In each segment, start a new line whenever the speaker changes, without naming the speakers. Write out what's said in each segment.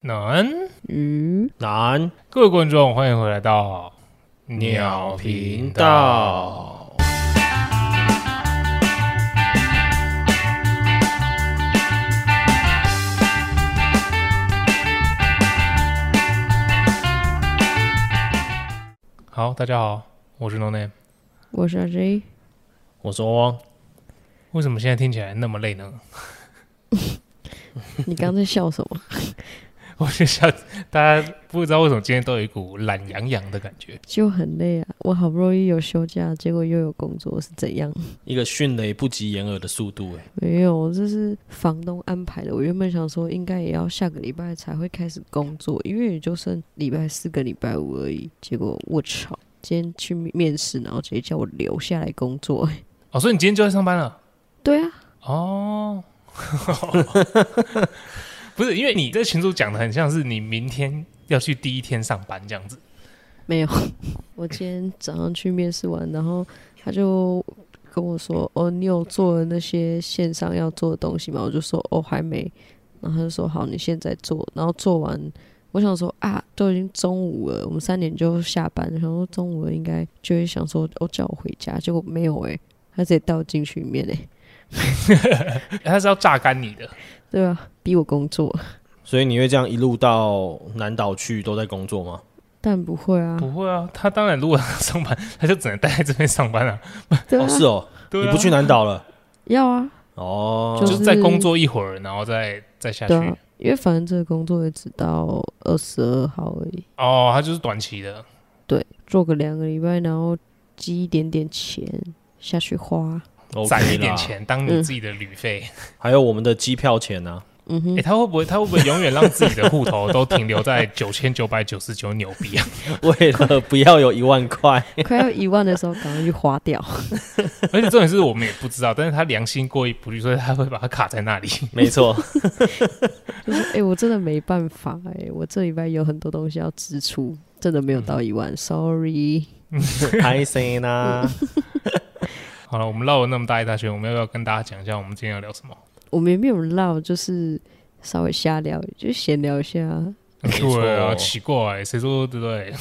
南，
嗯，
南
各位观众，欢迎回来到鸟频道。。好，大家好，我是 No Name。
我是阿 J，
我说
为什么现在听起来那么累呢？
你刚才笑什么？
我就想，大家不知道为什么今天都有一股懒洋洋的感觉。
就很累啊！我好不容易有休假，结果又有工作，是怎样？
一个迅雷不及掩耳的速度、哎，
没有，这是房东安排的。我原本想说，应该也要下个礼拜才会开始工作，因为也就剩礼拜四跟礼拜五而已。结果我操，今天去面试，然后直接叫我留下来工作。
哦，所以你今天就在上班了？
对啊，
哦，不是，因为你在群主讲的很像是你明天要去第一天上班这样子。
没有， 我今天早上去面试完，然后他就跟我说：“哦，你有做了那些线上要做的东西吗？”我就说：“哦，还没。”然后他就说：“好，你现在做。”然后做完，我想说啊，都已经中午了，我们三点就下班了，想说中午了应该就会想说哦，叫我回家，结果没有诶、欸他直接带我进去里面欸诶、
他是要榨干你的。
对啊，逼我工作，
所以你会这样一路到南岛去都在工作吗？
但不会啊，
不会啊，他当然如果要上班，他就只能待在这边上班啊。
对啊，
哦，是哦，
对啊
你不去南岛了
要啊，
哦，
就
就是是再工作一会儿，然后再再下去
对。啊，因为反正这个工作也只到二十二号而已。
哦，他就是短期的。
对，做个两个礼拜，然后积一点点钱下去花。
攒
OK
一点
啦，
钱当你自己的旅费。
还有我们的机票钱啊呢、
嗯
哎、
哼，
他会不会他会不会永远让自己的户头都停留在九千九百九十九纽币啊？
为了不要有一万块，
哎快要一万的时候，赶快去花掉。
而且重点是我们也不知道，但是他良心过意不去，所以他会把它卡在那里。
没 错，
就是，哎、我真的没办法、哎，我这礼拜有很多东西要支出，真的没有到一万、s o r r y
拍谁呢？
好了，我们绕了那么大一大圈，我们要不要跟大家讲一下我们今天要聊什么？
我们也没有唠，就是稍微瞎聊，就闲聊一下。
没错
对啊，奇怪，谁说对不对？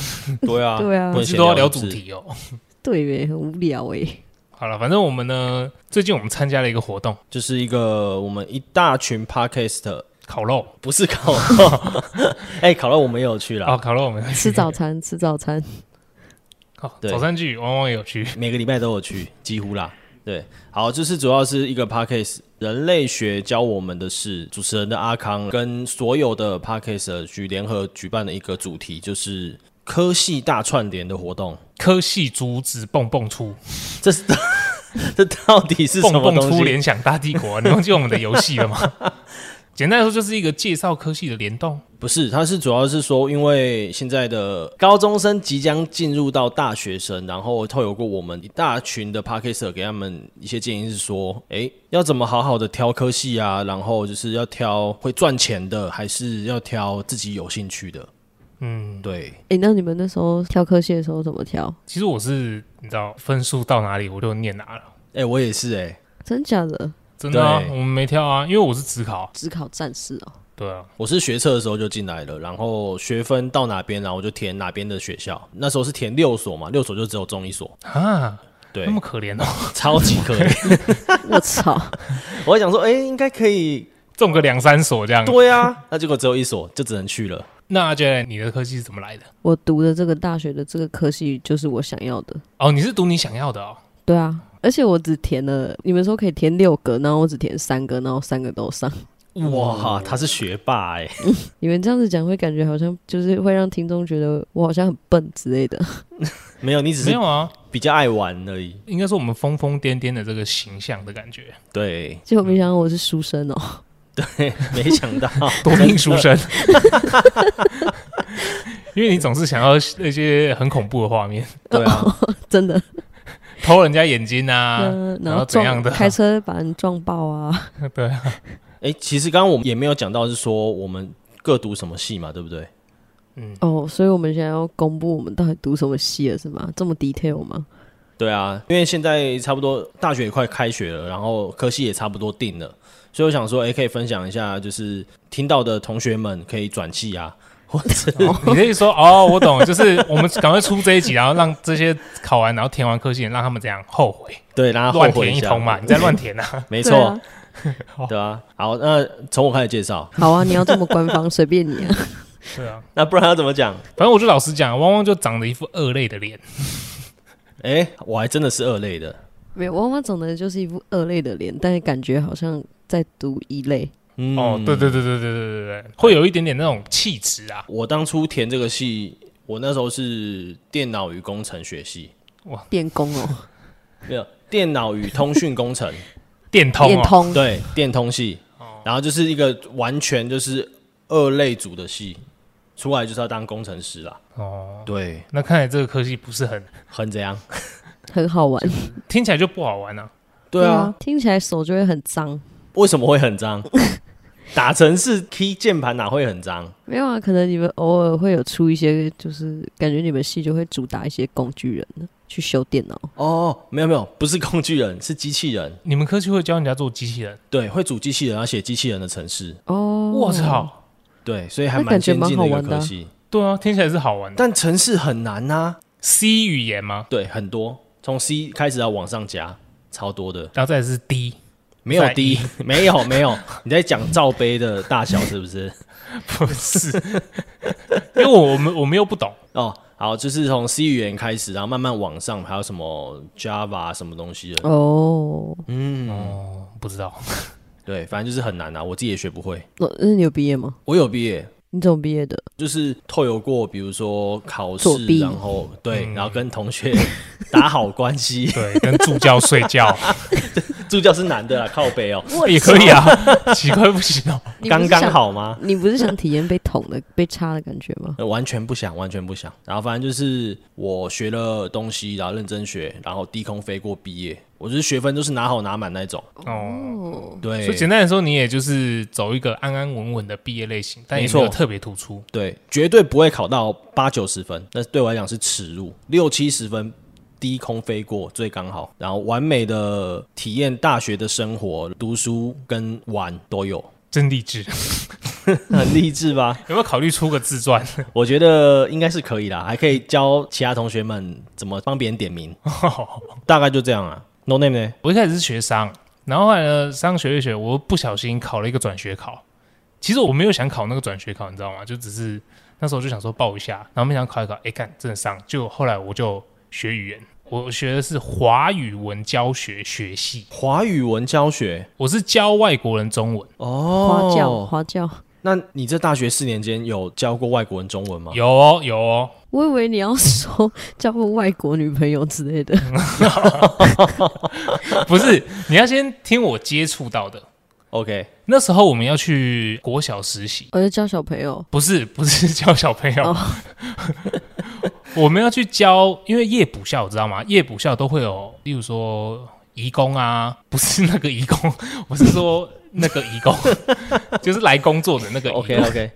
对啊，
对啊
不
每
能
次
闲
都要聊
聊
主
是，
题哦、
对呗，很无聊哎、
好了，反正我们呢，最近我们参加了一个活动，
就是一个我们一大群 podcast，
烤肉
不是烤 肉，哎、烤肉我们也有去了，
哦，烤肉我们
吃早餐，吃早餐，
好
对
早餐剧，往往有趣。
每个礼拜都有去，几乎啦。对，好，这是主要是一个 podcast，人类学教我们的是主持人的阿康跟所有的 podcast 去联合举办的一个主题，就是科系大串联的活动。
科系竹子蹦蹦出，
这是 这到底是什
蹦
么
蹦
东
出
西？
联想大帝国、啊，你忘记我们的游戏了吗？ 简单来说，就是一个介绍科系的联动。
不是，它是主要是说，因为现在的高中生即将进入到大学生，然后透有过我们一大群的 p a r k e r 给他们一些建议，是说，诶，要怎么好好的挑科系啊，然后就是要挑会赚钱的，还是要挑自己有兴趣的？
嗯，
对，
哎、那你们那时候挑科系的时候怎么挑？
其实我是你知道分数到哪里我就念哪了，
诶，我也是、诶，
真假的？
真的、啊，
对
我们没跳啊，因为我是职考。
只考战士哦、
对啊，
我是学测的时候就进来了，然后学分到哪边，然后我就填哪边的学校。那时候是填六所嘛，六所就只有中一所，
啊，
对
那，么可怜哦，
超级 可怜。
我操！
我还想说，诶，应该可以
中个两三所这样。
对啊，那结果只有一所，就只能去了。
那阿杰，你的科系是怎么来的？
我读的这个大学的这个科系就是我想要的。
哦，你是读你想要的哦。
对啊，而且我只填了，你们说可以填六个，然后我只填三个，然后三个都上。
哇，他是学霸哎、
你们这样子讲会感觉好像就是会让听众觉得我好像很笨之类的。
没有，你只
没
是
有啊，
比较爱玩而已。
应该说我们疯疯癫癫的这个形象的感觉，
对，
结果没想到我是书生哦、
没想到，
夺命书 生。因为你总是想要那些很恐怖的画面，
对啊，
真的。
偷人家眼睛啊，
嗯，
然
然
后
后
怎
撞
样的
开车把人撞爆 啊，
对啊，
哎、其实刚刚我们也没有讲到，是说我们各读什么系嘛，对不对？
嗯，
哦，所以我们现在要公布我们到底读什么系了是吗？这么 detail 吗？
对啊，因为现在差不多大学也快开学了，然后科系也差不多定了，所以我想说，哎、可以分享一下，就是听到的同学们可以转系啊， 或者
你可以说哦，我懂了，就是我们赶快出这一集，然后让这些考完然后填完科系，让他们这样后悔，
对，让他后
乱
悔
填一
下
通嘛，你在乱填啊，
没
对
错，
啊
对啊。好，那从我开始介绍，
好啊，你要这么官方，随便你 啊。
对啊，
那不然要怎么讲？
反正我就老实讲，汪汪就长得一副恶类的脸，
哎、我还真的是二类的，
没有，汪汪长得就是一副二类的脸，但是感觉好像在读一类。
嗯，
哦，对对对对对对对对，会有一点点那种气质啊，
我当初填这个系，我那时候是电脑与工程学系，
电工哦，
没有电脑与通讯 工程，
电通
电
哦，
通，
对，电通系，然后就是一个完全就是二类组的系，出来就是要当工程师啦。
哦，
对，
那看来这个科系不是很，
很怎样？
很好玩。
听起来就不好玩啊，
对啊，，
听起来手就会很脏。
为什么会很脏？打成是 key 键盘哪会很脏？
没有啊，可能你们偶尔会有出一些，就是感觉你们系就会主打一些工具人呢去修电脑。
哦，没有没有，不是工具人，是机器人。
你们科系会教人家做机器人，
对，会组机器人，要写机器人的程式。
哦，
我！操，
对，所以还
那
蛮
感觉
先进的
蛮
一
好
个
玩的
科
啊
系。
对啊，听起来是好玩的
但程式很难啊呐、
，C 语言吗？
对，很多从 C 开始要往上加，超多的，
然后再来是 D，
没有
在
D，没 有没有，你在讲罩杯的大小是不是？
不是，因为我们我们又不懂，
哦，好，就是从 C 语言开始，然后慢慢往上，还有什么 Java 什么东西的，
哦，
嗯，
不知道。
对，反正就是很难啊，我自己也学不会。
那那你有毕业吗？
我有毕业，
你怎么毕业的？
就是透有过，比如说考
作
试，
弊
然后对，然后跟同学 打好关系，
对，跟助教睡觉
助教是男的啦，靠背哦，
也可以 啊，奇怪不行哦。
你不
刚
是
刚
想。
好吗？
你不是想体验被捅的、被插的感觉吗？
呃，完全不想，完全不想。然后反正就是我学了东西，然后认真学，然后低空飞过毕业。我就是学分都是拿好拿满那种。
哦，
哦，
对
所以，简单来说，你也就是走一个安安稳稳的毕业类型，但也
没
没
错
有特别突出。
对，绝对不会考到八九十分，那对我来讲是耻辱。六七十分低空飞过最刚好，然后完美的体验大学的生活，读书跟玩都有，
真励 志，
很励志吧？
有没有考虑出个自传？
我觉得应该是可以啦，还可以教其他同学们怎么帮别人 点名，大概就这样啊。No name 呢？
我一开始是学商，然后后来呢，商学一学，我不小心考了一个转学考。其实我没有想考那个转学考，你知道吗？就只是那时候就想说报一下，然后没想到考一考，哎，看真的上。就后来我就学语言，我学的是华语文教学学系，
华语文教学
我是教外国人中文。
哦，
花轿，花轿。
那你这大学四年间有教过外国人中文吗？
有哦，有哦，
我以为你要说交过外国女朋友之类的。
嗯
不是，你要先听我接触到的。
OK，
那时候我们要去国小实习，
我就教哦小朋友，
不是不是 教小朋友，我们要去教，因为夜补校知道吗？夜补校都会有，例如说移工啊，不是那个移工， 我是说那个移工， 就是来工作的那个移工。
OK OK，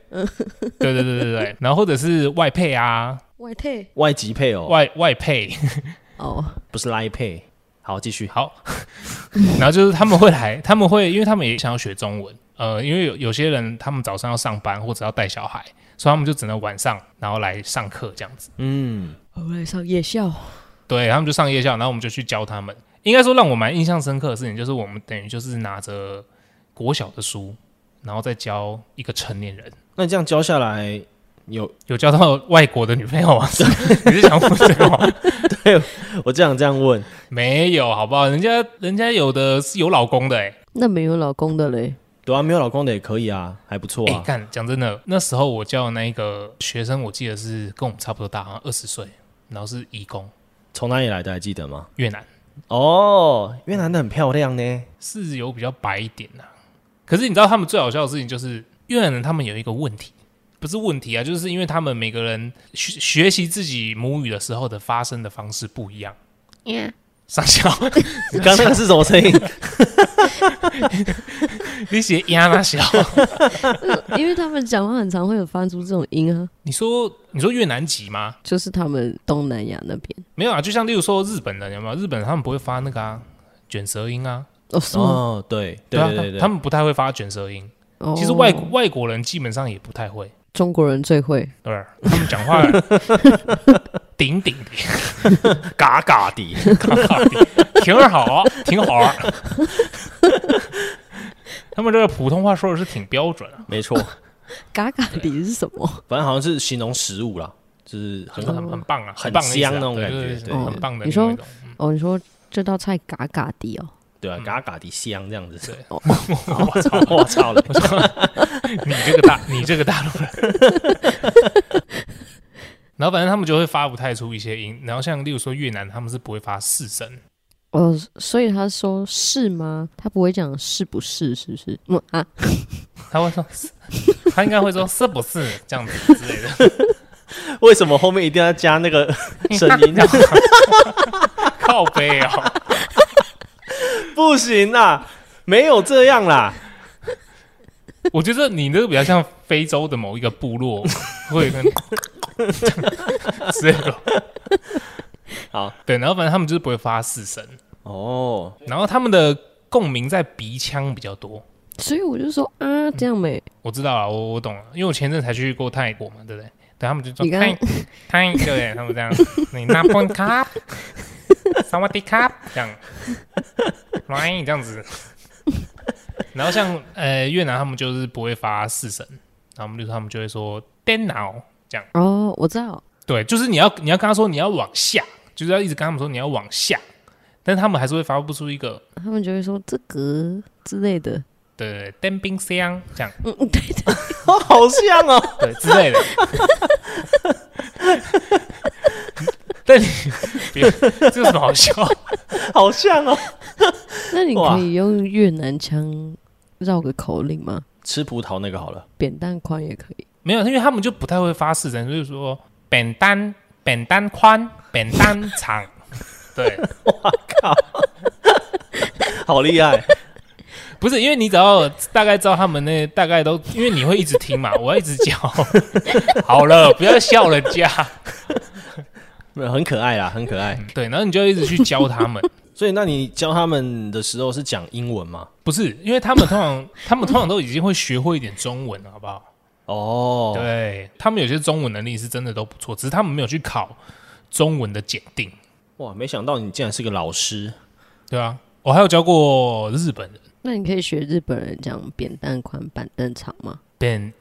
对对对对对，然后或者是外配啊，
外退
外籍配偶
外外配，
哦，
不是来配。好，继续。
好， 然后就是他们会来，他们会，因为他们也想要学中文，呃，因为有有些人他们早上要上班或者要带小孩，所以他们就只能晚上然后来上课这样子。
嗯，
哦我来上夜校。
对他们就上夜校，然后我们就去教他们。应该说让我蛮印象深刻的事情，就是我们等于就是拿着国小的书，然后再教一个成年人。
那你这样教下来，有
有交到外国的女朋友吗？ 是你是想问这个吗？
我这样这样问，
没有，好不好？人家人家有的是有老公的、欸，
那没有老公的 嘞，
对啊，没有老公的也可以啊，还不错
哎、
啊。
干，讲真的，那时候我教的那一个学生，我记得是跟我们差不多大，好像二十岁，然后是义工，
从哪里来的还记得吗？
越南
哦，越南的很漂亮呢。
是有比较白一点啊。可是你知道他们最好笑的事情就是越南人，他们有一个问题，不是问题啊，就是因为他们每个人学学习自己母语的时候的发声 的方式不一样。上校，
你刚刚那个是什么声音？
你写压那小，
因为他们讲话很常会有发出这种音啊，
你说你说越南籍吗？
就是他们东南亚那边
没有啊，就像例如说日本人有没有？日本人他们不会发那个啊卷舌音啊，
哦，是吗？
哦，对对
对啊，
对对对，
他他们不太会发卷舌音。
哦
其实外国外国人基本上也不太会，
中国人最会，
对吧，他们讲 话顶顶的，
嘎嘎的，
嘎嘎的挺好，挺好。他们这个普通话说的是挺标准啊，
没错，
嘎嘎底是什么？
反正好像是形容食物啦，就是很
很很很棒啊，
很
棒的意思啊
香那种
对
感觉
对对
对
对很棒的
嗯你
另外一
说
种。
哦，你说这道菜嘎嘎底哦，
对啊，嘎嘎的香这样子。
我操！
我操了，
我 说你这个大，你这个大陆人。然后反正他们就会发不太出一些音，然后像例如说越南，他们是不会发四声，
哦，所以他说是吗？他不会讲是不是，是不是？嗯啊，
他会说，他应该会说是不是这样子之类的。
为什么后面一定要加那个 声音？
靠背哦，
不行啦，没有这样啦。
我觉得你那个比较像非洲的某一个部 落，会跟之类的。
好，
对，然后反正他们就是不会发四声，
哦，
然后他们的共鸣在鼻腔比较多。
所以我就说啊，这样没
我知道啊，我我懂了，因为我前阵才去过泰国嘛，对不对？对他们就说
你刚
泰泰， 对他们这样，你拿 p o n cup，萨瓦迪卡这样，来这样子。然后像呃越南他们就是不会发四声，然后我们就他们就会说 “den now”，
哦，我知道，
对，就是你要你要跟他说你要往下，就是要一直跟他们说你要往下，但是他们还是会发不出一个
他们就会说这个之类的，
对 “den 冰箱”这样，
嗯， 嗯对对，
好像 哦，
对之类的。 但你 别，这有什么好笑？
好像哦。
那你
哇
可以用越南腔绕个口令吗？
吃葡萄那个好了，
扁担宽也可以，
没有，因为他们就不太会发四声，就是说扁担、扁担宽、扁担长。对，
好厉害。
不是因为你只要大概知道他们那大概都，因为你会一直听嘛，我要一直教。 好了，不要笑人家。
没有很可爱啦，很可爱。
对，然后你就一直去教他们。
所以，那你教他们的时候是讲英文吗？
不是，因为他们通常，他们通常都已经会学会一点中文了，好不好？
哦，
对他们有些中文能力是真的都不错，只是他们没有去考中文的检定，
哇，没想到你竟然是个老师，
对啊，我还有教过日本人，
那你可以学日本人讲扁担宽、板凳长吗？
扁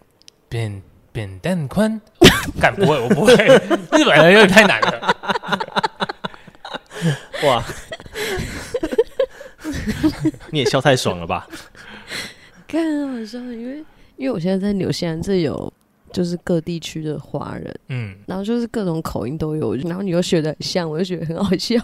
扁扁担宽， 干不会，我不会， 日本人有点太难了。
哇， 你也笑太爽了吧？
看好像因为因为我现在在纽西兰，这有就是各地区的华人，
嗯，
然后就是各种口音都有，我就然后你又学的很像，我就觉得很好笑。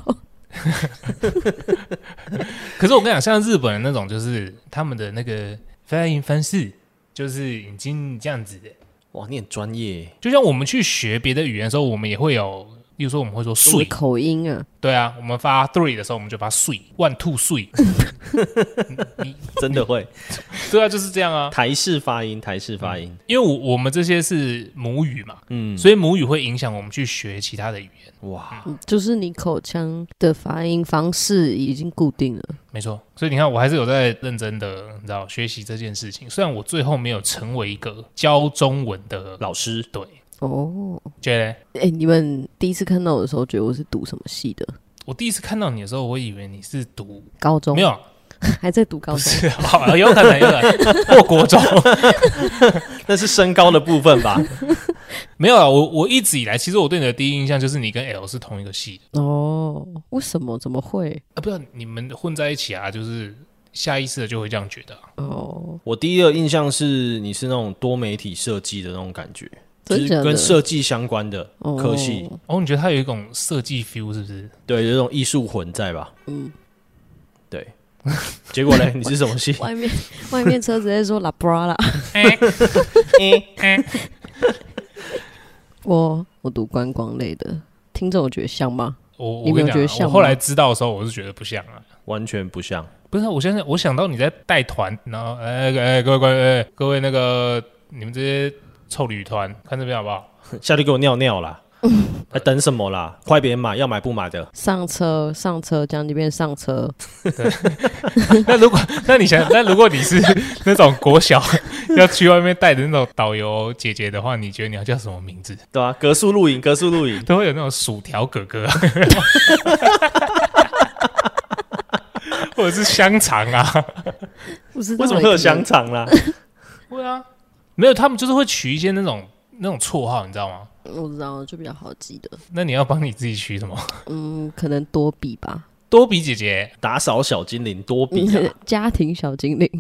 可是我跟你讲，像日本人那种，就是他们的那个发音方式，就是已经这样子的。
哇，你很专业耶，
就像我们去学别的语言的时候，我们也会有，例如说我们会说
我的
碎，
口音啊，
对啊，我们发 three 的时候，我们就发碎，one two 碎，
真的 会
对啊，就是这样啊。
台式发音，台式发音。
因为我我们这些是母语嘛，
嗯，
所以母语会影响我们去学其他的语言，
哇，
嗯就是你口腔的发音方式已经固定了。
没错。所以你看，我还是有在认真的，你知道学习这件事情。虽然我最后没有成为一个教中文的老
老师
对，
哦，
觉得
哎、你们第一次看到我的时候，觉得我是读什么系的？
我第一次看到你的时候，我以为你是读
高中
没，有，
还在读高
不
中。
是，好，有可能，有可能，或国中
那是身高的部分吧？
没有啊。我我一直以来，其实我对你的第一印象就是你跟 L 是同一个系的
哦，为什么？怎么会？
啊，不知道你们混在一起啊，就是下意识的就会这样觉得啊、
哦，
我第一个印象是你是那种多媒体设计的那种感觉，就
真
是
的假的
跟设计相关的
哦
科系，
哦，你觉得它有一种设计 feel 是不是？
对，有一种艺术魂在吧？
嗯，
对。结果 呢？你是什么系？
外面外面车子在说 La Bra 啦。我我读观光类的，听着我觉得像吗？
我我
你
跟
没有觉得
讲啊，
像
我后
吗
来知道的时候，我是觉得不像啊。
完全不像。
不是啊，我现在我想到你在带团，然后哎哎各位各位各位那个你们这些臭旅团，看这边好不 好？
下去给我尿尿啦，还等什么啦？快点买，要买不买的。
上车，上车，讲几遍上车。
那如果那你想，那如果你是那种国小要去外面带的那种导游姐姐的话，你觉得你要叫什么名字？
对啊，格数露营，格数露营，
都会有那种薯条哥哥啊，或者是香肠啊，
不是
为什么会有香？肠啦？
会啊，没有，他们就是会取一些那种那种绰号，你知道吗？
我知道，就比较好记得。
那你要帮你自己取什么？
嗯，可能多比吧。
多比姐姐，
打扫小精灵多比啊，
家庭小精灵，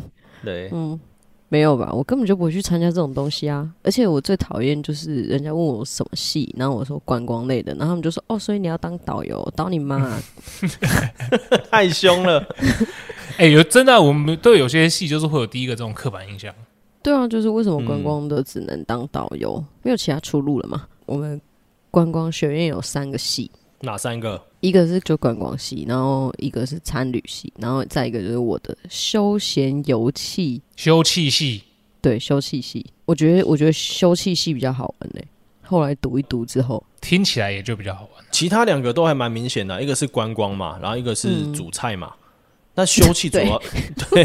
对，
嗯，没有吧？我根本就不会去参加这种东西啊！而且我最讨厌就是人家问我什么系，然后我说观光类的，然后他们就说哦，所以你要当导游，导你妈啊、
太凶了。
哎、有真的啊、我们对有些戏就是会有第一个这种刻板印象。
对啊，就是为什么观光的只能当导游，没有其他出路了嘛？我们观光学院有三个系，
哪三个？
一个是就观光系，然后一个是餐旅系，然后再一个就是我的休闲游憩，
休憩系，
对，休憩系。我觉得我觉得休憩系比较好玩呢、后来读一读之后，
听起来也就比较好玩。
其他两个都还蛮明显的，一个是观光嘛，然后一个是主菜嘛。那休憩主要嗯 对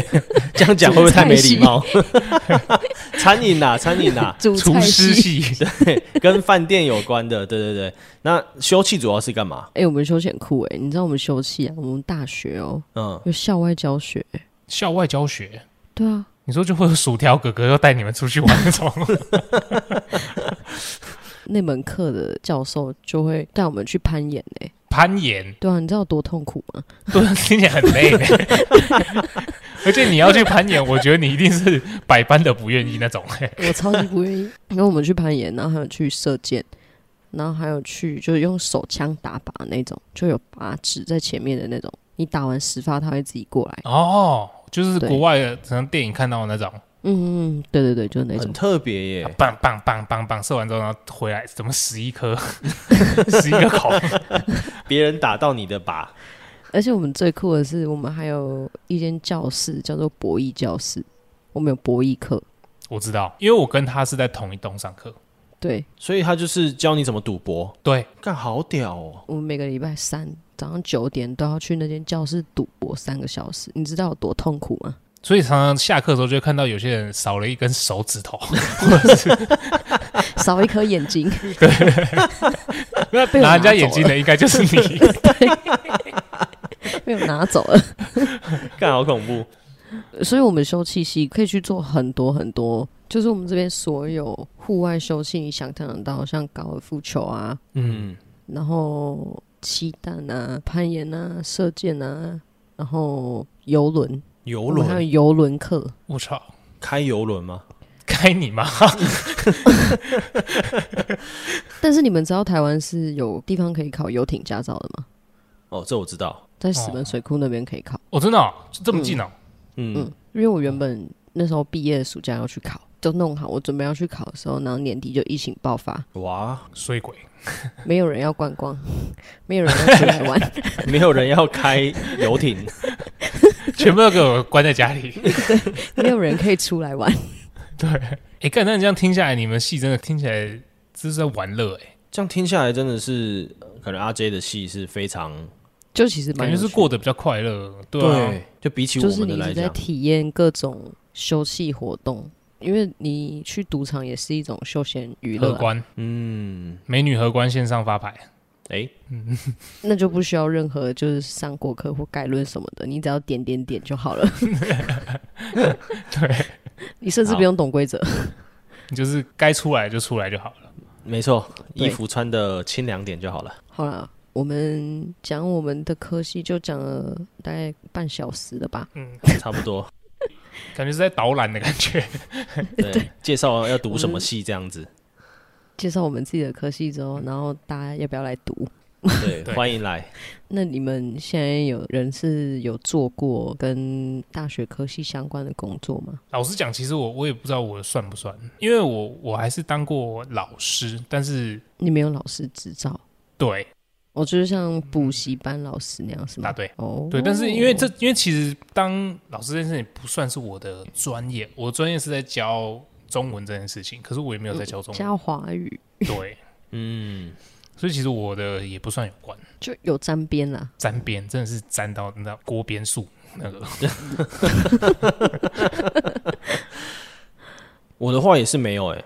这样讲会不会太没礼貌？ 餐饮呐，餐饮呐，
主
厨
菜
师
系。
系，
跟饭店有关的，对对对。那休憩主要是干嘛？
哎、我们休息很酷哎、你知道我们休息啊，我们大学哦、
嗯，
有校外教学、
校外教学。
对啊，
你说就会有薯条哥哥要带你们出去玩那种，
那门课的教授就会带我们去攀岩哎、
攀岩，
对啊，你知道有多痛苦吗？
对，听起来很累呢。而且你要去攀岩，我觉得你一定是百般的不愿意那种。
我超级不愿意。然后我们去攀岩，然后还有去射箭，然后还有去就是用手枪打靶那种，就有靶纸在前面的那种。你打完十发，他会自己过来。
哦，就是
对
国外的，可能电影看到的那种，
嗯嗯，嗯，对对对，就是那
很
种。
特别耶。
棒棒棒棒棒，射完之后然后回来，怎么十一颗，十一个孔？
别人打到你的靶，
而且我们最酷的是，我们还有一间教室叫做博弈教室，我们有博弈课。
我知道，因为我跟他是在同一栋上课。
对，
所以他就是教你怎么赌博，
对，
干好屌哦！
我们每个礼拜三早上九点都要去那间教室赌博三个小时，你知道有多痛苦吗？
所以常常下课的时候就会看到有些人少了一根手指 头，或者是
少一颗眼睛，
那
被我
拿人家
拿走
眼睛的应该就是 你。
被我拿走了。
干好恐怖。
所以我们休憩系可以去做很多很多，就是我们这边所有户外休憩，你想象得到，像高尔夫球啊，
嗯，
然后骑弹啊、攀岩啊、射箭啊，然后游轮，
游
我们还有
轮
游轮课，
我操，
开游轮吗？
该你妈！
但是你们知道台湾是有地方可以考游艇驾照的吗？
哦，这我知道。
在石门水库那边可以考。
我真的哦这么近哦，
嗯
嗯，因为我原本那时候毕业的暑假要去考，都弄好，我准备要去考的时候，然后年底就疫情爆发，
哇，
嗯
衰鬼。
没有人要观光，没有人要出来玩，
没有人要开游艇，
全部都给我关在家里。
没有人可以出来玩，
对，哎、干，那你这样听下来，你们戏真的听起来这是在玩乐哎、
这样听下来真的是，呃可能阿 J 的戏是非常
就其实蛮
感
有
觉
趣
是
的
过得比较快乐，对啊，
就比起
就
我
是
们
你
的
一
来
直在
讲，
体验各种休憩活动，因为你去赌场也是一种休闲娱乐
荷
啊、
官，
嗯，
美女荷官线上发牌，
哎，
那就不需要任何就是上过课或概论什么的，你只要点点点就好了。
对
你甚至
好
不用懂规则，
你 就是该出来就出来就好了。
没错，
对
衣服穿的清凉点就好了。
好啦，我们讲我们的科系就讲了大概半小时了吧？
嗯，
差不 多。
感觉是在导览的感觉。
对，介绍要读什么戏这样子。
介绍我们自己的科系之后，然后大家要不要来读？嗯
对，
对
欢迎来。
那你们现在有人是有做过跟大学科系相关的工作吗？
老实讲，其实我我也不知道我算不算，因为我我还是当过老师，但是
你们有老师执照？
对
我就是像补习班老师那样，是
嗯
吗
答？对。
哦，
对，但是因为这，因为其实当老师这件事情不算是我的专业，我专业是在教中文这件事情，可是我也没有在教中文。
教华语
对，
嗯，
所以其实我的也不算有关，
就有沾边啊啦，
沾边真的是沾到那锅边素那个。
我的话也是没有哎、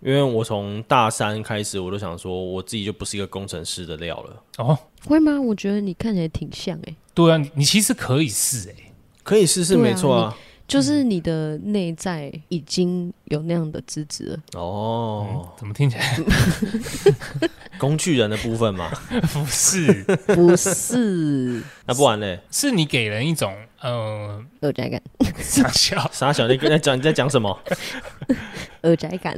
因为我从大三开始，我都想说我自己就不是一个工程师的料了。
哦，
会吗？我觉得你看起来挺像哎、
对啊，你你其实可以试哎、
可以试试，
对啊
没错啊。
就是
嗯
你的内在已经有那样的资质了，
哦，
怎么听起来
工具人的部 分嘛，
不是？
不是
那不然嘞？
是你给人一种 呃
二宅感，
傻笑，
傻小，你在讲你在讲什么？
二宅感，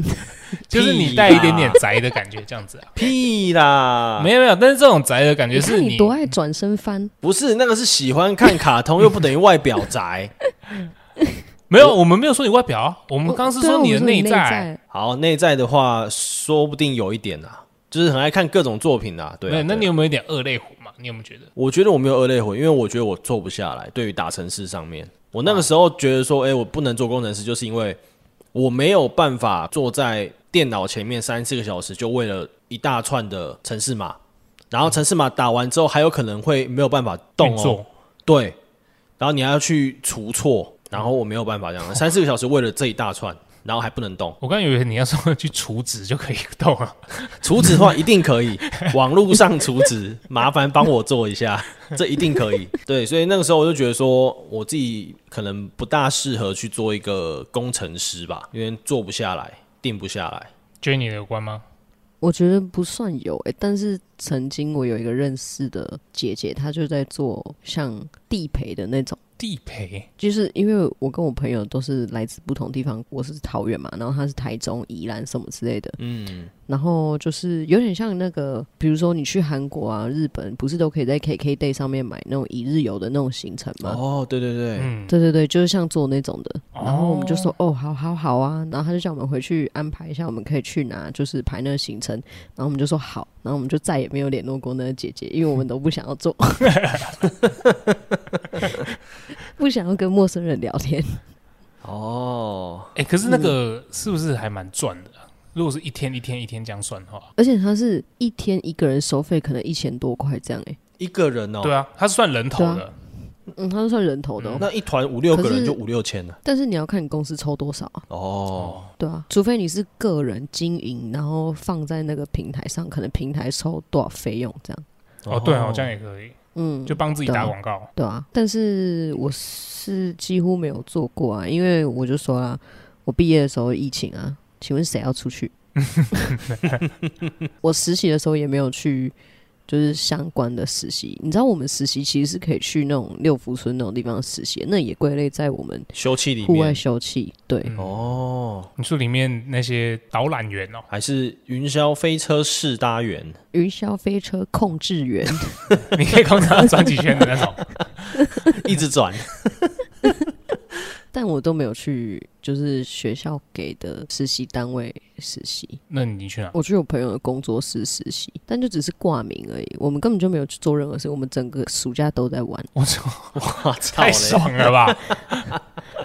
就是你带一点点宅的感觉，这样子啊？
屁啦，
没有没有，但是这种宅的感觉
你
是
看你多爱转身翻，
不是那个是喜欢看卡通，又不等于外表宅。
没有，我们没有说你外表啊，我们
我
刚刚是
对啊
说你
我
的
说
内
内
在。
好，内在的话，说不定有一点啦，就是很爱看各种作品啦。对啊、
没有那
对啊
你有没有一点二类虎嘛？你有没有觉得？
我觉得我没有二类魂，因为我觉得我做不下来。对于打城市上面，我那个时候觉得说，哎、我不能做工程师，就是因为我没有办法坐在电脑前面三四个小时，就为了一大串的城市码，然后城市码打完之后，还有可能会没有办法动
运
哦。
作
对，然后你还要去除错，然后我没有办法这样，三四个小时为了这一大串，然后还不能动。
我刚以为你要说去除脂就可以动啊 了，
除脂的话一定可 以，网络上除脂，麻烦帮我做一下，这一定可以。对，所以那个时候我就觉得说，我自己可能不大适合去做一个工程师吧，因为做不下来，定不下来。
觉得你有关吗？
我觉得不算有哎、但是曾经我有一个认识的姐姐，她就在做像地陪的那种。
地陪
就是因为我跟我朋友都是来自不同地方，我是桃园嘛，然后他是台中、宜兰什么之类的，
嗯，
然后就是有点像那个，比如说你去韩国啊、日本，不是都可以在 KK Day 上面买那种一日游的那种行程吗？
哦，对对对，
嗯，
对对对，就是像做那种的。
哦
然后我们就说哦，好好好啊，然后他就叫我们回去安排一下，我们可以去哪，就是排那个行程。然后我们就说好，然后我们就再也没有联络过那个姐姐，因为我们都不想要做， 不想要跟陌生人聊天。
哦，
哎、可是那个
嗯
是不是还蛮赚的啊、如果是一天一天一天这样算的话，
而且他是一天一个人收费，可能一千多块这样哎、
一个人哦，
对啊，它是算人头
对
的，
嗯，他是算人头的、哦。
那一团五六个
可
人
是
就五六千了。
但是你要看你公司抽多少啊，
哦，
对啊，除非你是个人经营，然后放在那个平台上，可能平台收多少费用这样，
哦，对哦，这样也可以，
啊嗯，
就帮自己打广告。
对啊，但是我是几乎没有做过啊，因为我就说啊，我毕业的时候疫情啊，请问谁要出去？ 我实习的时候也没有去，就是相关的实习。你知道我们实习其实是可以去那种六福村那种地方实习的，那也归类在我们
休憩里
户外
面
休憩。对，
嗯
哦，
你说里面那些导览员哦，
还是云霄飞车试搭员，
云霄飞车控制员，
你可以控制他转几圈的那 种。
一 直转。
但我都没有去，就是学校给的实习单位实习。
那你去哪？
我去我朋友的工作室实习，但就只是挂名而已，我们根本就没有去做任何事，我们整个暑假都在玩。
我操，
哇操
太
嘞！
爽了吧！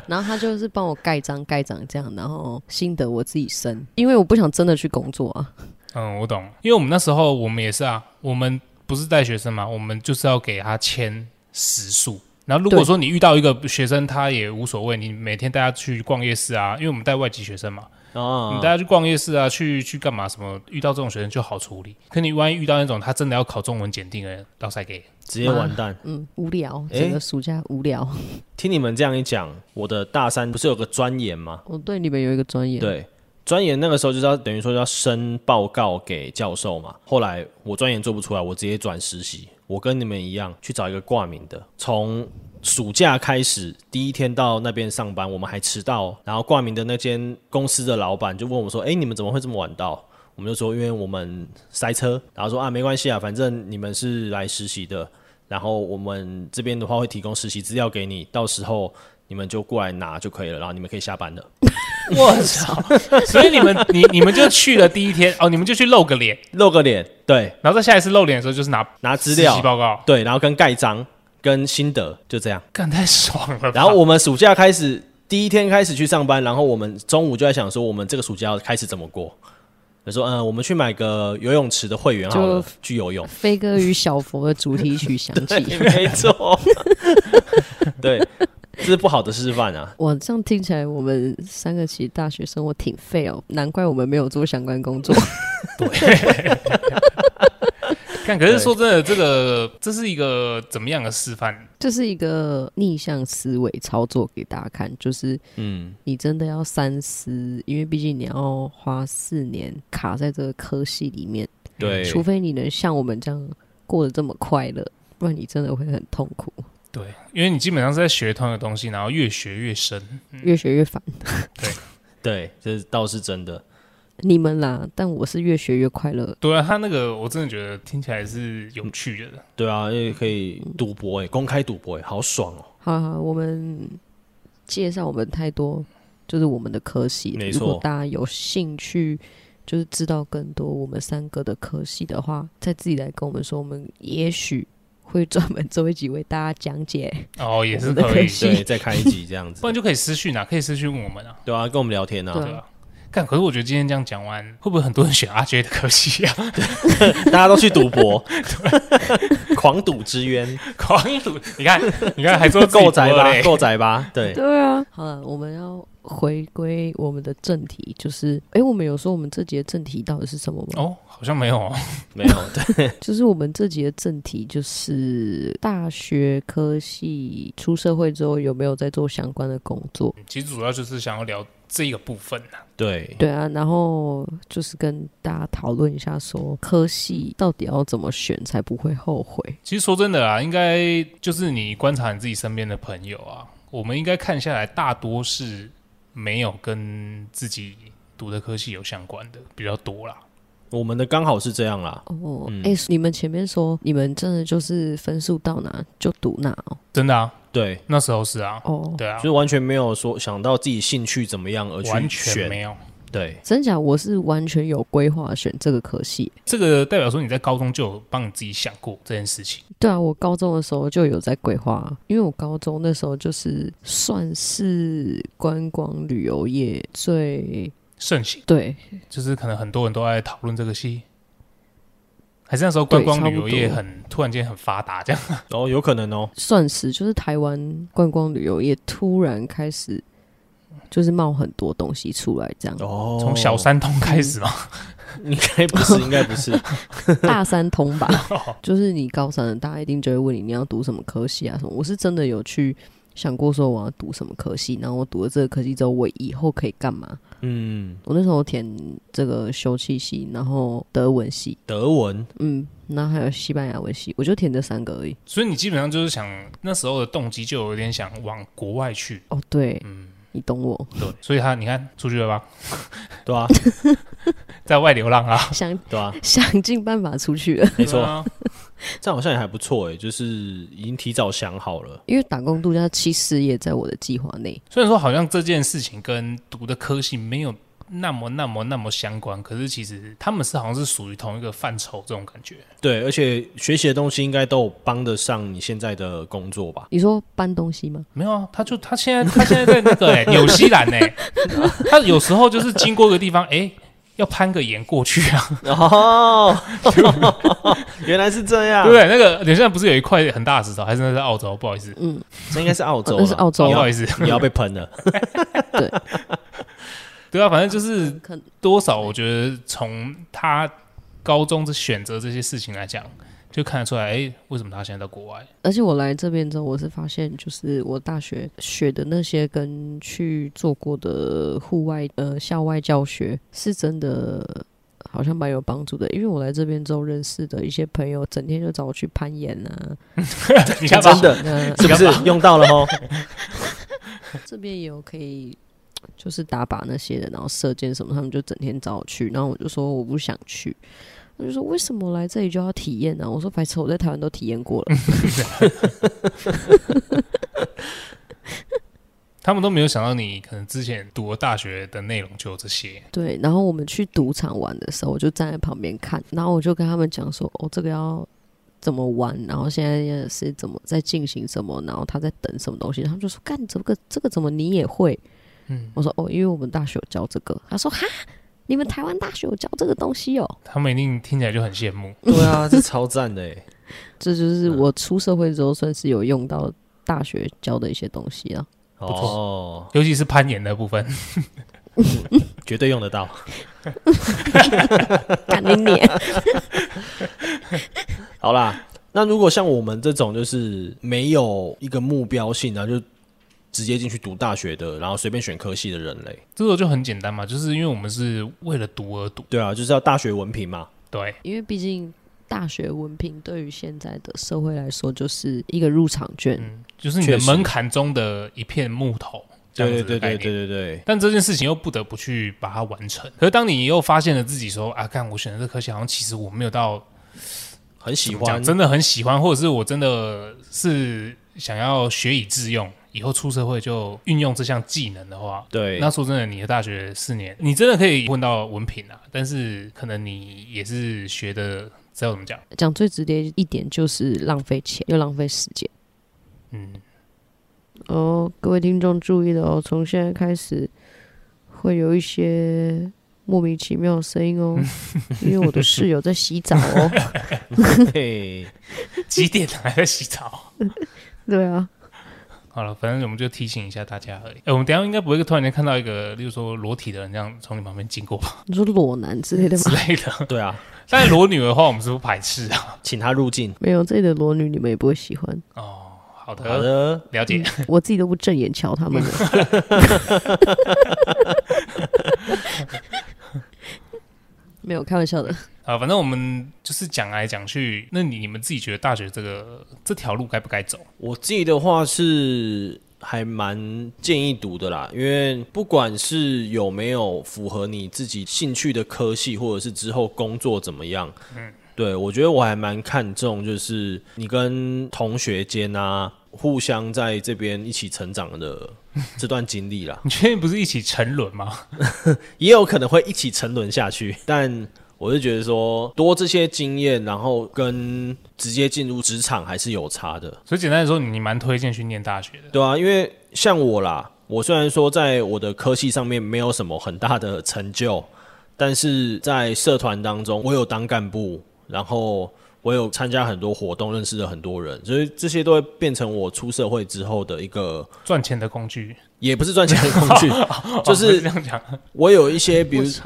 然后他就是帮我盖章盖章这样，然后心得我自己生，因为我不想真的去工作啊。
嗯，我懂，因为我们那时候我们也是啊，我们不是带学生嘛，我们就是要给他签时数。然后如果
对
说你遇到一个学生，他也无所谓，你每天带他去逛夜市啊，因为我们带外籍学生嘛，你
啊
带，他去逛夜市啊，去去干嘛什么？遇到这种学生就好处理。可你万一遇到那种他真的要考中文检定的人，老塞 给
直接完蛋。
嗯，无聊，
诶
整个暑假无聊。
听你们这样一讲，我的大三不是有个专研吗？
我对你们有一个专 业，
对，专研那个时候就是要等于说要申报告给教授嘛。后来我专研做不出来，我直接转实习。我跟你们一样去找一个挂名的，从暑假开始第一天到那边上班，我们还迟到。然后挂名的那间公司的老板就问我们说：“哎，你们怎么会这么晚到？”我们就说：“因为我们塞车。”然后说：“啊，没关系啊，反正你们是来实习的。”然后我们这边的话会提供实习资料给你，到时候你们就过来拿就可以了，然后你们可以下班了。
我操！所以你们你你们就去了第一天哦，你们就去露个脸，
露个脸，对，
然后在下一次露脸的时候就是拿
拿资
实习
料，
报告，
对，然后跟盖章、跟心得，就这样。
干太爽了吧。
然后我们暑假开始第一天开始去上班，然后我们中午就在想说，我们这个暑假要开始怎么过？就说，嗯，我们去买个游泳池的会员好了
就，。
去游泳
飞哥与小佛的主题曲响 起，
没错，对，这是不好的示范啊。
哇，这样听起来我们三个其实大学生活挺废哦，难怪我们没有做相关工作。
干，可是
对
说真的，这个这是一个怎么样的示范？
这是一个逆向思维操作给大家看，就是
嗯，
你真的要三思，因为毕竟你要花四年卡在这个科系里面，
对，
嗯除非你能像我们这样过得这么快乐，不然你真的会很痛苦，
对，因为你基本上是在学同样的东西，然后越学越深。
嗯
越学越烦。
对，这倒是真的。
你们啦，但我是越学越快乐。
对啊，他那个我真的觉得听起来是有趣 的。
对啊，因为可以赌博哎、公开赌博哎、好爽哦、
好啦好啦，我们介绍我们太多，就是我们的科系了。
没
如果
错
大家有兴趣，就是知道更多我们三个的科系的话，再自己来跟我们说，我们也许会专门做一集为大家讲解。
哦，也是
我们的
可以
科，系
对，再开一集这样 子
不，然就可以私讯啊，可以私讯问我们啊。
对啊，跟我们聊天啊，
对
对啊，干，可是我觉得今天这样讲完，会不会很多人选阿 J 的科系啊？
大家都去赌博，狂赌之渊，
狂赌，你看，你看，还说自己
够宅
多
吧，
嘞
够宅吧，对，
对啊，好了，我们要回归我们的正题，就是，诶，我们有说我们这集的正题到底是什么吗？
哦，好像没有哦。
没有，对，
就是我们这集的正题就是大学科系出社会之后有没有在做相关的工作？
其实主要就是想要聊这一个部分啊。
对，
对啊，然后就是跟大家讨论一下说科系到底要怎么选才不会后悔。
其实说真的啊，应该就是你观察你自己身边的朋友啊，我们应该看下来，大多是没有跟自己读的科系有相关的比较多啦。
我们的刚好是这样啦，
哦，哎、
嗯
你们前面说你们真的就是分数到哪就读哪哦。
真的啊，
对，
那时候是啊，
哦，
对啊
就，是完全没有说想到自己兴趣怎么样而
完
去
全
选，
没有。
对，
真假我是完全有规划选这个科系。
这个代表说你在高中就有帮你自己想过这件事情。
对啊，我高中的时候就有在规划，啊因为我高中那时候就是算是观光旅游业最
盛行
对
就是可能很多人都在讨论这个系，还是那时候观光
对
旅游业
差不多
很突然间很发达这样。
然后有可能哦，
算是就是台湾观光旅游业突然开始就是冒很多东西出来，这样、
哦，
从小，三通开始嘛，
应该不是，应该不是，
大三通吧，就是你高三了，大家一定就会问你你要读什么科系啊什么。我是真的有去想过说我要读什么科系，然后我读了这个科系之后，我以后可以干嘛？
嗯，
我那时候填这个修气系，然后德文系，
德文，
嗯，然后还有西班牙文系，我就填这三个而已。
所以你基本上就是想那时候的动机就有点想往国外去，
哦，对
嗯，
你懂我，
对，所以他你看出去了吧，
对啊，
在外流浪 啊，
想
对啊，
想尽办法出去了，
没错
对，啊，
这样好像也还不错哎，就是已经提早想好了，
因为打工度假其实也在我的计划内。
虽然说好像这件事情跟读的科系没有那么那么那么相关，可是其实他们是好像是属于同一个范畴这种感觉。
对，而且学习的东西应该都有帮得上你现在的工作吧。
你说搬东西吗？
没有啊，他就他现在 他现在在那个欸纽、西兰呢、他有时候就是经过一个地方，哎、要攀个岩过去啊，
哦，原来是这样
对不，对？那个纽西兰不是有一块很大的石头，还是那是澳洲？不好意思，
嗯，
这应该是澳洲
哦
啦，
那是澳洲
不
你
好
要
意思，
你要被喷了。
对啊，反正就是
可能
多少，我觉得从他高中的选择这些事情来讲，就看得出来，哎、为什么他现在在国外？
而且我来这边之后，我是发现，就是我大学学的那些跟去做过的户外呃校外教学，是真的好像蛮有帮助的。因为我来这边之后认识的一些朋友，整天就找我去攀岩啊，
你看吧，
真的
那
是不是 用到了哦？
这边也有可以，就是打靶那些的，然后射箭什么，他们就整天找我去，然后我就说我不想去，他就说为什么来这里就要体验呢、啊我说白痴，我在台湾都体验过了。
他们都没有想到你可能之前读的大学的内容就有这些。
对，然后我们去赌场玩的时候，我就站在旁边看，然后我就跟他们讲说，哦，这个要怎么玩，然后现在是怎么在进行什么，然后他在等什么东西，他们就说，干这个这个怎么你也会？
嗯，
我说哦，因为我们大学有教这个。他说哈，你们台湾大学有教这个东西哦？
他们一定听起来就很羡慕。
对啊，这超赞的欸，
这就是我出社会之后算是有用到大学教的一些东西啊。
不错
哦，
尤其是攀岩的部分，
绝对用得到。
干你脸！
好啦，那如果像我们这种就是没有一个目标性然后就直接进去读大学的，然后随便选科系的人类，
这个就很简单嘛，就是因为我们是为了读而读，
对啊，就是要大学文凭嘛。
对，
因为毕竟大学文凭对于现在的社会来说就是一个入场券。
嗯，就是你的
确实
门槛中的一片木头，这样
对
子
对
的概
对对
念。
对对对，
但这件事情又不得不去把它完成。可是当你又发现了自己说啊，看我选的这科系，好像其实我没有到
很喜
怎么讲
欢，
真的很喜欢，或者是我真的是想要学以致用，以后出社会就运用这项技能的话，
对
那说真的，你的大学四年，你真的可以混到文凭啊，但是可能你也是学的，知道怎么讲，
讲最直接一点就是浪费钱又浪费时间。
嗯，
哦，各位听众注意了哦，从现在开始会有一些莫名其妙的声音哦，因为我的室友在洗澡哦。
嘿，
几点还在洗澡？
对啊，
好了，反正我们就提醒一下大家而已。哎、我们等一下应该不会突然间看到一个，例如说裸体的人这样从你旁边经过吧
你说裸男之类的
之
吗？
类的。
对啊，
但是裸女的话，我们是不排斥 啊。
请他入境。
没有，这里的裸女你们也不会喜欢，
哦，好的，
好的，
了解。
我自己都不正眼瞧他们了。 没有开玩笑的，
啊，反正我们就是讲来讲去，那你你们自己觉得大学这个这条路该不该走？
我自己的话是还蛮建议读的啦，因为不管是有没有符合你自己兴趣的科系，或者是之后工作怎么样，嗯，对我觉得我还蛮看重，就是你跟同学间啊，互相在这边一起成长的这段经历啦，
你确定不是一起沉沦吗？
也有可能会一起沉沦下去，但。我是觉得说多这些经验，然后跟直接进入职场还是有差的。
所以简单来说，你你蛮推荐去念大学的。
对啊，因为像我啦，我虽然说在我的科系上面没有什么很大的成就，但是在社团当中，我有当干部，然后我有参加很多活动，认识了很多人，所以这些都会变成我出社会之后的一个，
赚钱的工具，
也不是赚钱的工 具，就
哦
是
这样讲。
我有一些，比如
为什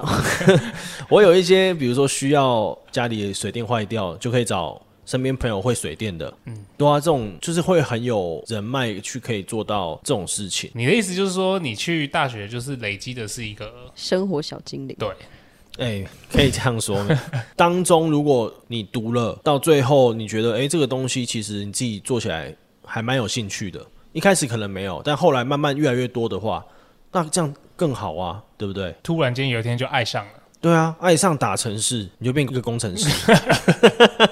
我有一些，比如说需要家里的水电坏掉，就可以找身边朋友会水电的，嗯，对啊，这种就是会很有人脉去可以做到这种事情。
你的意思就是说，你去大学就是累积的是一个
生活小精灵。
对，
哎、可以这样 说呢。当中，如果你读了，到最后你觉得，哎、这个东西其实你自己做起来还蛮有兴趣的。一开始可能没有，但后来慢慢越来越多的话，那这样更好啊，对不对？
突然间有一天就爱上了。
对啊，爱上打城市，你就变一个工程师。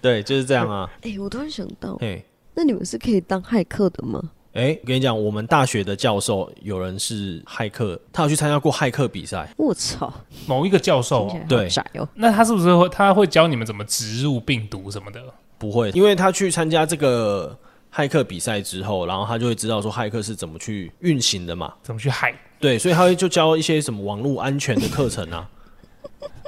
对，就是这样啊。
哎、我突然想到，
哎、
那你们是可以当骇客的吗？
哎、我跟你讲，我们大学的教授有人是骇客，他有去参加过骇客比赛。
我操，
某一个教授
听起
哦、
来好
对
窄哦、
那他是不是会他会教你们怎么植入病毒什么的？
不会，因为他去参加这个骇客比赛之后，然后他就会知道说骇客是怎么去运行的嘛。
怎么去害？
对，所以他会就教一些什么网络安全的课程啊。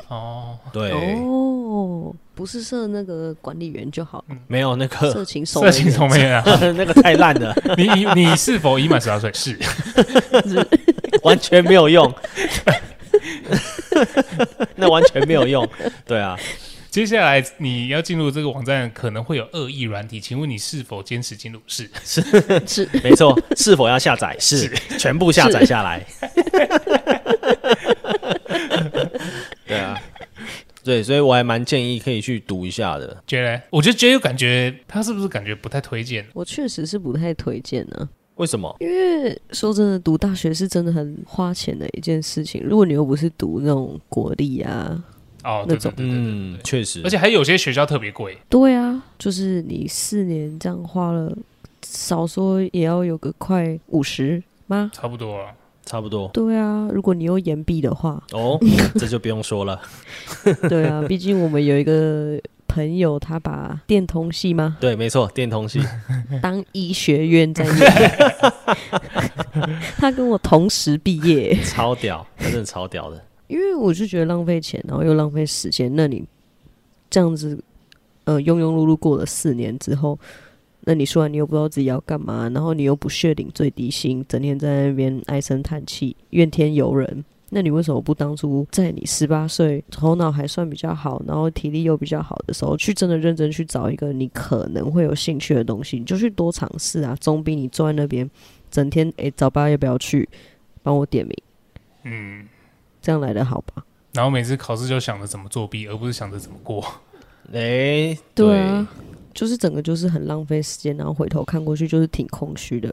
哦，
对，
哦，不是设那个管理员就好了，
没有那个
色情守 门
色情
员
从没人啊！
那个太烂了，
你你你是否已满十八岁？是，
完全没有用。 那完全没有用，对啊，
接下来你要进入这个网站，可能会有恶意软体，请问你是否坚持进入？是，
是
没错。是否要下载？是全部下载 下来。对啊，对，所以我还蛮建议可以去读一下的。
觉得？我觉得 J 又感觉他是不是感觉不太推荐？
我确实是不太推荐呢、
为什么？
因为说真的，读大学是真的很花钱的一件事情。如果你又不是读那种国立啊，
哦，对
那
对
种
对对对
嗯，确实，
而且还有些学校特别贵，
对啊，就是你四年这样花了少说也要有个快五十吗？
差不多啊了。
差不多
对啊，如果你用岩壁的话，
哦， 这就不用说了。
对啊，毕竟我们有一个朋友，他把电通系吗
对，没错，电通系，
当医学院在念，他跟我同时毕业，
超屌，真的超屌的。
因为我就觉得浪费钱，然后又浪费时间。那你这样子，呃，庸庸碌碌过了四年之后，那你说完你又不知道自己要干嘛，然后你又不屑领最低薪，整天在那边唉声叹气、怨天尤人。那你为什么不当初在你十八岁头脑还算比较好，然后体力又比较好的时候，去真的认真去找一个你可能会有兴趣的东西，你就去多尝试啊，总比你坐在那边整天诶，早八要不要去帮我点名，
嗯，
这样来的好吧？
然后每次考试就想着怎么作弊，而不是想着怎么过。
哎、
对啊，就是整个就是很浪费时间，然后回头看过去就是挺空虚的。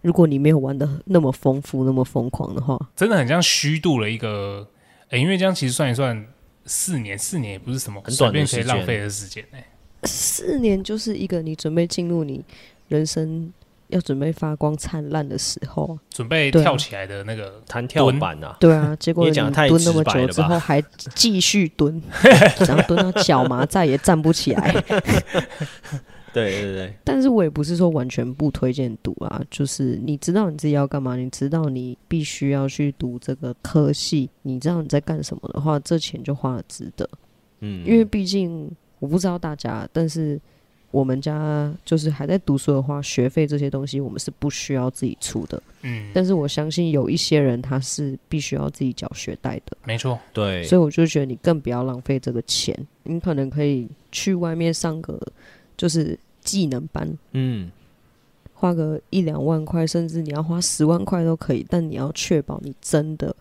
如果你没有玩的那么丰富、那么疯狂的话，
真的很像虚度了一个，诶，因为这样其实算一算，四年四年也不是什么
很短
随
的
便可以
时间
浪费的时间诶，哎
四年就是一个你准备进入你人生要准备发光灿烂的时候。
准备
对啊
跳起来的那个，
弹跳板啊，
对啊，结果
你讲得太
蹲那么
直白
久
了
之
吧
后还继续 蹲，然后蹲到脚麻，再也站不起来。
对对对，
但是我也不是说完全不推荐读啊，就是你知道你自己要干嘛，你知道你必须要去读这个科系，你知道你在干什么的话，这钱就花的值得。
嗯，
因为毕竟我不知道大家，但是我们家就是还在读书的话，学费这些东西我们是不需要自己出的。
嗯，
但是我相信有一些人他是必须要自己缴学贷的。
没错，
对
所以我就觉得你更不要浪费这个钱，你可能可以去外面上个就是技能班，
嗯，
花个一两万块，甚至你要花十万块都可以，但你要确保你真的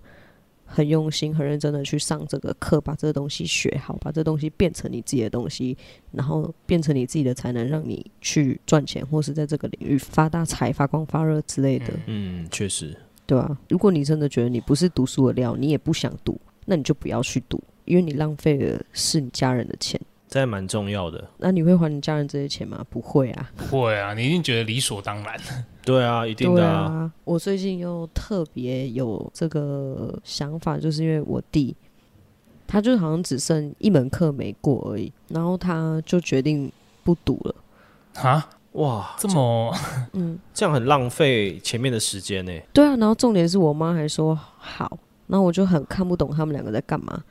很用心、很认真的去上这个课，把这个东西学好，把这东西变成你自己的东西，然后变成你自己的才能，让你去赚钱，或是在这个领域发大财、发光发热之类的，
嗯，确实，
对吧、如果你真的觉得你不是读书的料，你也不想读，那你就不要去读，因为你浪费的是你家人的钱。
这还蛮重要的。
那你会还你家人这些钱吗？不会啊。
不会啊，你一定觉得理所当然，
对啊，一定
对
的啊，
啊，我最近又特别有这个想法，就是因为我弟，他就好像只剩一门课没过而已，然后他就决定不读了。
啊，
哇，
这么
嗯，
这样很浪费前面的时间呢、
对啊，然后重点是我妈还说好，然后我就很看不懂他们两个在干嘛。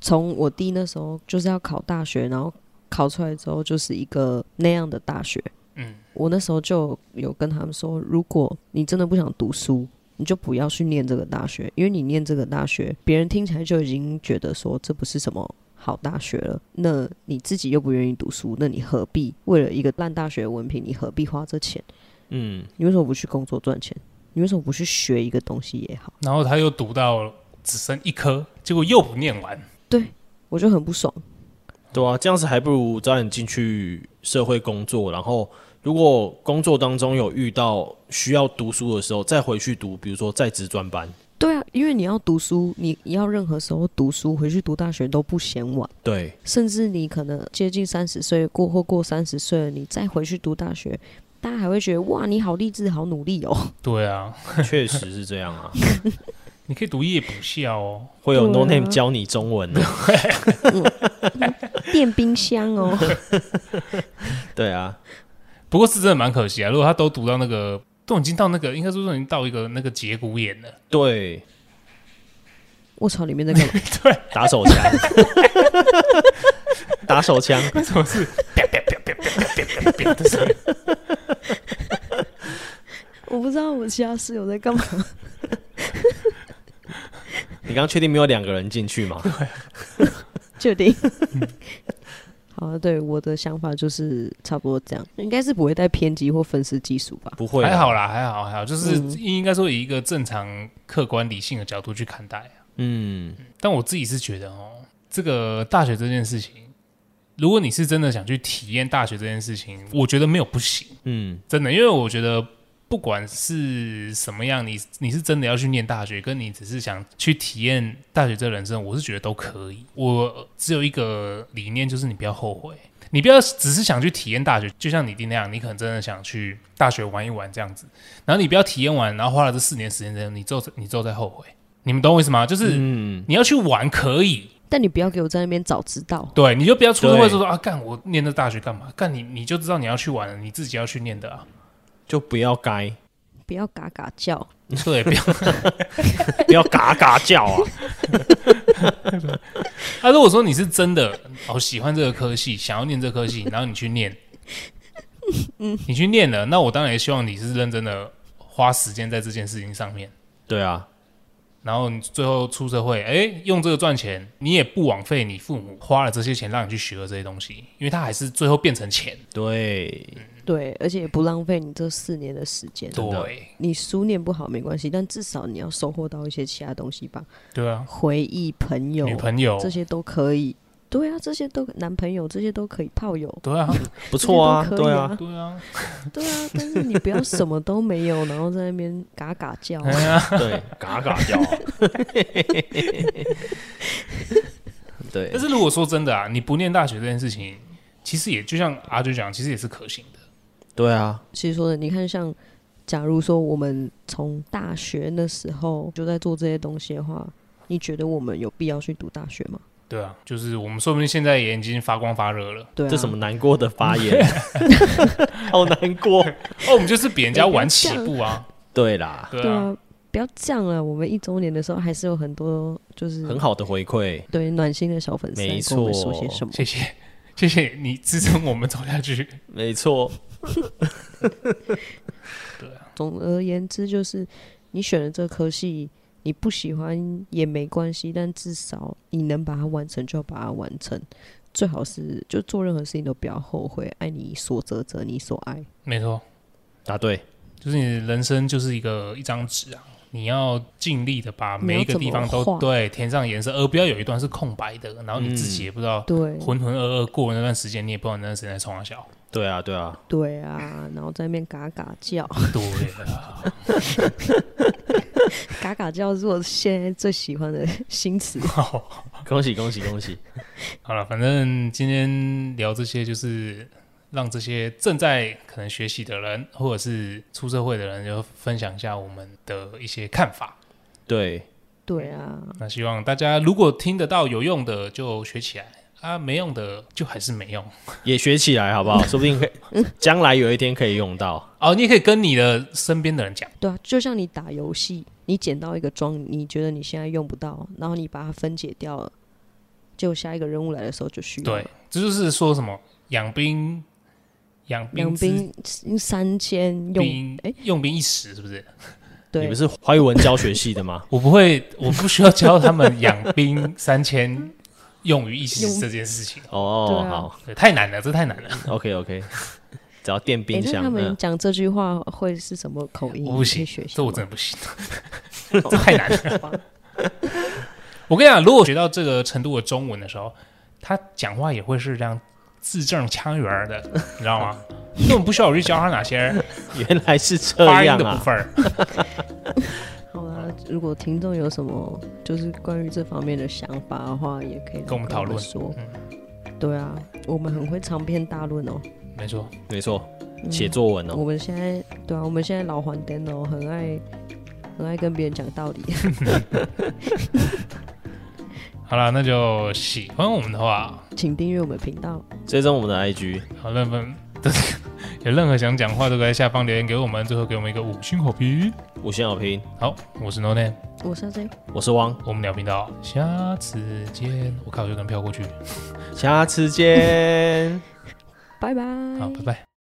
从我弟那时候就是要考大学，然后考出来之后就是一个那样的大学，
嗯，
我那时候就有跟他们说，如果你真的不想读书，你就不要去念这个大学，因为你念这个大学，别人听起来就已经觉得说这不是什么好大学了。那你自己又不愿意读书，那你何必为了一个烂大学的文凭，你何必花这钱？
嗯，
你为什么不去工作赚钱？你为什么不去学一个东西也好？
然后他又读到只剩一科，结果又不念完，
我就很不爽。
对啊，这样子还不如早点进去社会工作，然后如果工作当中有遇到需要读书的时候，再回去读，比如说在职专班，
对啊，因为你要读书，你你要任何时候读书，回去读大学都不嫌晚。
对，
甚至你可能接近三十岁过或过三十岁了，你再回去读大学，大家还会觉得哇，你好励志，好努力哦。
对啊，
确实是这样啊，
你可以读夜补校哦，
会有 no
对啊
name 教你中文的，
电冰箱哦，
对啊，
不过是真的蛮可惜啊，如果他都读到那个，都已经到那个，应该说都已经到一个那个节骨眼了，
对，
我操，里面在干嘛？
打手枪， 打手枪，
为什么是 啪啪啪啪啪啪啪啪的声音？
我不知道我其他室友在 干嘛。
你刚刚确定没有两个人进去吗？
确定。 好、啊，对我的想法就是差不多这样，应该是不会带偏激或粉丝技术吧？
不会啊，
还好啦，还好还好，就是
嗯
应该说以一个正常、客观、理性的角度去看待啊。
嗯，
但我自己是觉得哦，这个大学这件事情，如果你是真的想去体验大学这件事情，我觉得没有不行，
嗯
真的，因为我觉得。不管是什么样，你你是真的要去念大学，跟你只是想去体验大学这人生，我是觉得都可以。我只有一个理念，就是你不要后悔。你不要只是想去体验大学，就像你弟那样，你可能真的想去大学玩一玩这样子，然后你不要体验完，然后花了这四年时间之后，你之后你之后再后悔，你们懂我意思吗？就是、你要去玩可以，
但你不要给我在那边找知道，
对，你就不要出社会
对
说说啊，干我念这大学干嘛？干你你就知道你要去玩了，你自己要去念的啊，
就不要该，
不要嘎嘎叫。
对，不要。
不要嘎嘎叫啊！
那、如果说你是真的哦喜欢这个科系，想要念这科系，然后你去念，
嗯
你去念了，那我当然也希望你是认真的花时间在这件事情上面。
对啊，
然后你最后出社会，哎，用这个赚钱，你也不枉费你父母花了这些钱让你去学了这些东西，因为它还是最后变成钱。
对，
对，而且也不浪费你这四年的时间。
的
对，
你书念不好没关系，但至少你要收获到一些其他东西吧，
对啊，
回忆、朋友、
女朋友
这，些都可以。对啊，这些都男朋友这些都可以，炮友
对啊，
不错啊，
这些都可
对
以
啊，
对啊，
对啊。但是你不要什么都没有，然后在那边嘎嘎叫。
哎呀，
对， 嘎嘎叫啊。对
但，是如果说真的啊，你不念大学这件事情，其实也就像阿娟讲，其实也是可行的。
对啊，
其实说的，你看像。假如说我们从大学那时候就在做这些东西的话，你觉得我们有必要去读大学吗？
对啊，就是我们说不定现在也已经发光发热了。
对啊，
这什么难过的 发言，好难过。
哦，我们就是比人家晚起步啊，
对啦，
对
对
啊，
啊，不要这样啊了。我们一周年的时候还是有很多就是
很好的回馈，
对暖心的小粉丝来
没
跟我们说
错
些什么。
谢谢 谢谢你支撑我们走下去。
没错，
总而言之，就是你选了这科系，你不喜欢也没关系，但至少你能把它完成就要把它完成。最好是就做任何事情都不要后悔，爱你所择择你所爱。
没错，
答对，
就是你的人生就是一个一张纸啊，你要尽力的把每一个地方
你要怎
都
么画
对填上颜色，而不要有一段是空白的，然后你自己也不知道。
对啊
浑浑噩噩过那段时间，你也不知道那段时间在冲啊笑。
对啊，对啊，
对啊，然后在那边嘎嘎叫，
对啊，
嘎嘎叫是我现在最喜欢的新词。
好，
恭喜恭喜恭喜！
好了，反正今天聊这些，就是让这些正在可能学习的人，或者是出社会的人，就分享一下我们的一些看法。
对，
对啊，
那希望大家如果听得到有用的就学起来啊，没用的就还是没用。
也学起来好 不好？说不定可以，将来有一天可以用到。
哦，你也可以跟你的身边的人讲，
对啊，就像你打游戏，你捡到一个装，你觉得你现在用不到，然后你把它分解掉了，就下一个任务来的时候就需要了。
对，这就是说什么养兵，养兵
养
之
兵三千用，
兵
哎
用兵一时，是不是？？
你
对
们，是华语文教学系 的吗
我不会，我不需要教他们 养兵三千，用于一时
用
这件事情，
对
哦，
啊
好
对，太难了，这太难了，
，OK OK，只要电
哎
冰，
那
箱
他们
嗯
讲这句话会是什么口音？
我不行
你可以学一下
这我
吗
真的不行， 这太难了。我跟你讲，如果学到这个程度的中文的时候，他讲话也会是这样字正腔圆的，你知道吗？根本不需要我去教他哪 些
原来是这
发音
样
的部
啊，
分儿。
好啦，如果听众有什么就是关于这方面的想法的话，也可以来
跟我们讨论嗯
说。对啊，我们很会长篇大论哦。
没错，
没错，
嗯
写作文
我
哦，
们现在对啊，我们现在老还灯哦，很爱很爱跟别人讲道理。
好了，那就喜欢我们的话，
请订阅我们频道。
追踪我们的 IG，
好，那么有任何想讲话都可以在下方留言给我们，最后给我们一个五星好评。
五星好评，
好，我是 No Name，
我是 J，
我是汪，
我们聊频道，下次见。我靠，有个人飘过去，
下次见。
拜拜。
好，拜拜。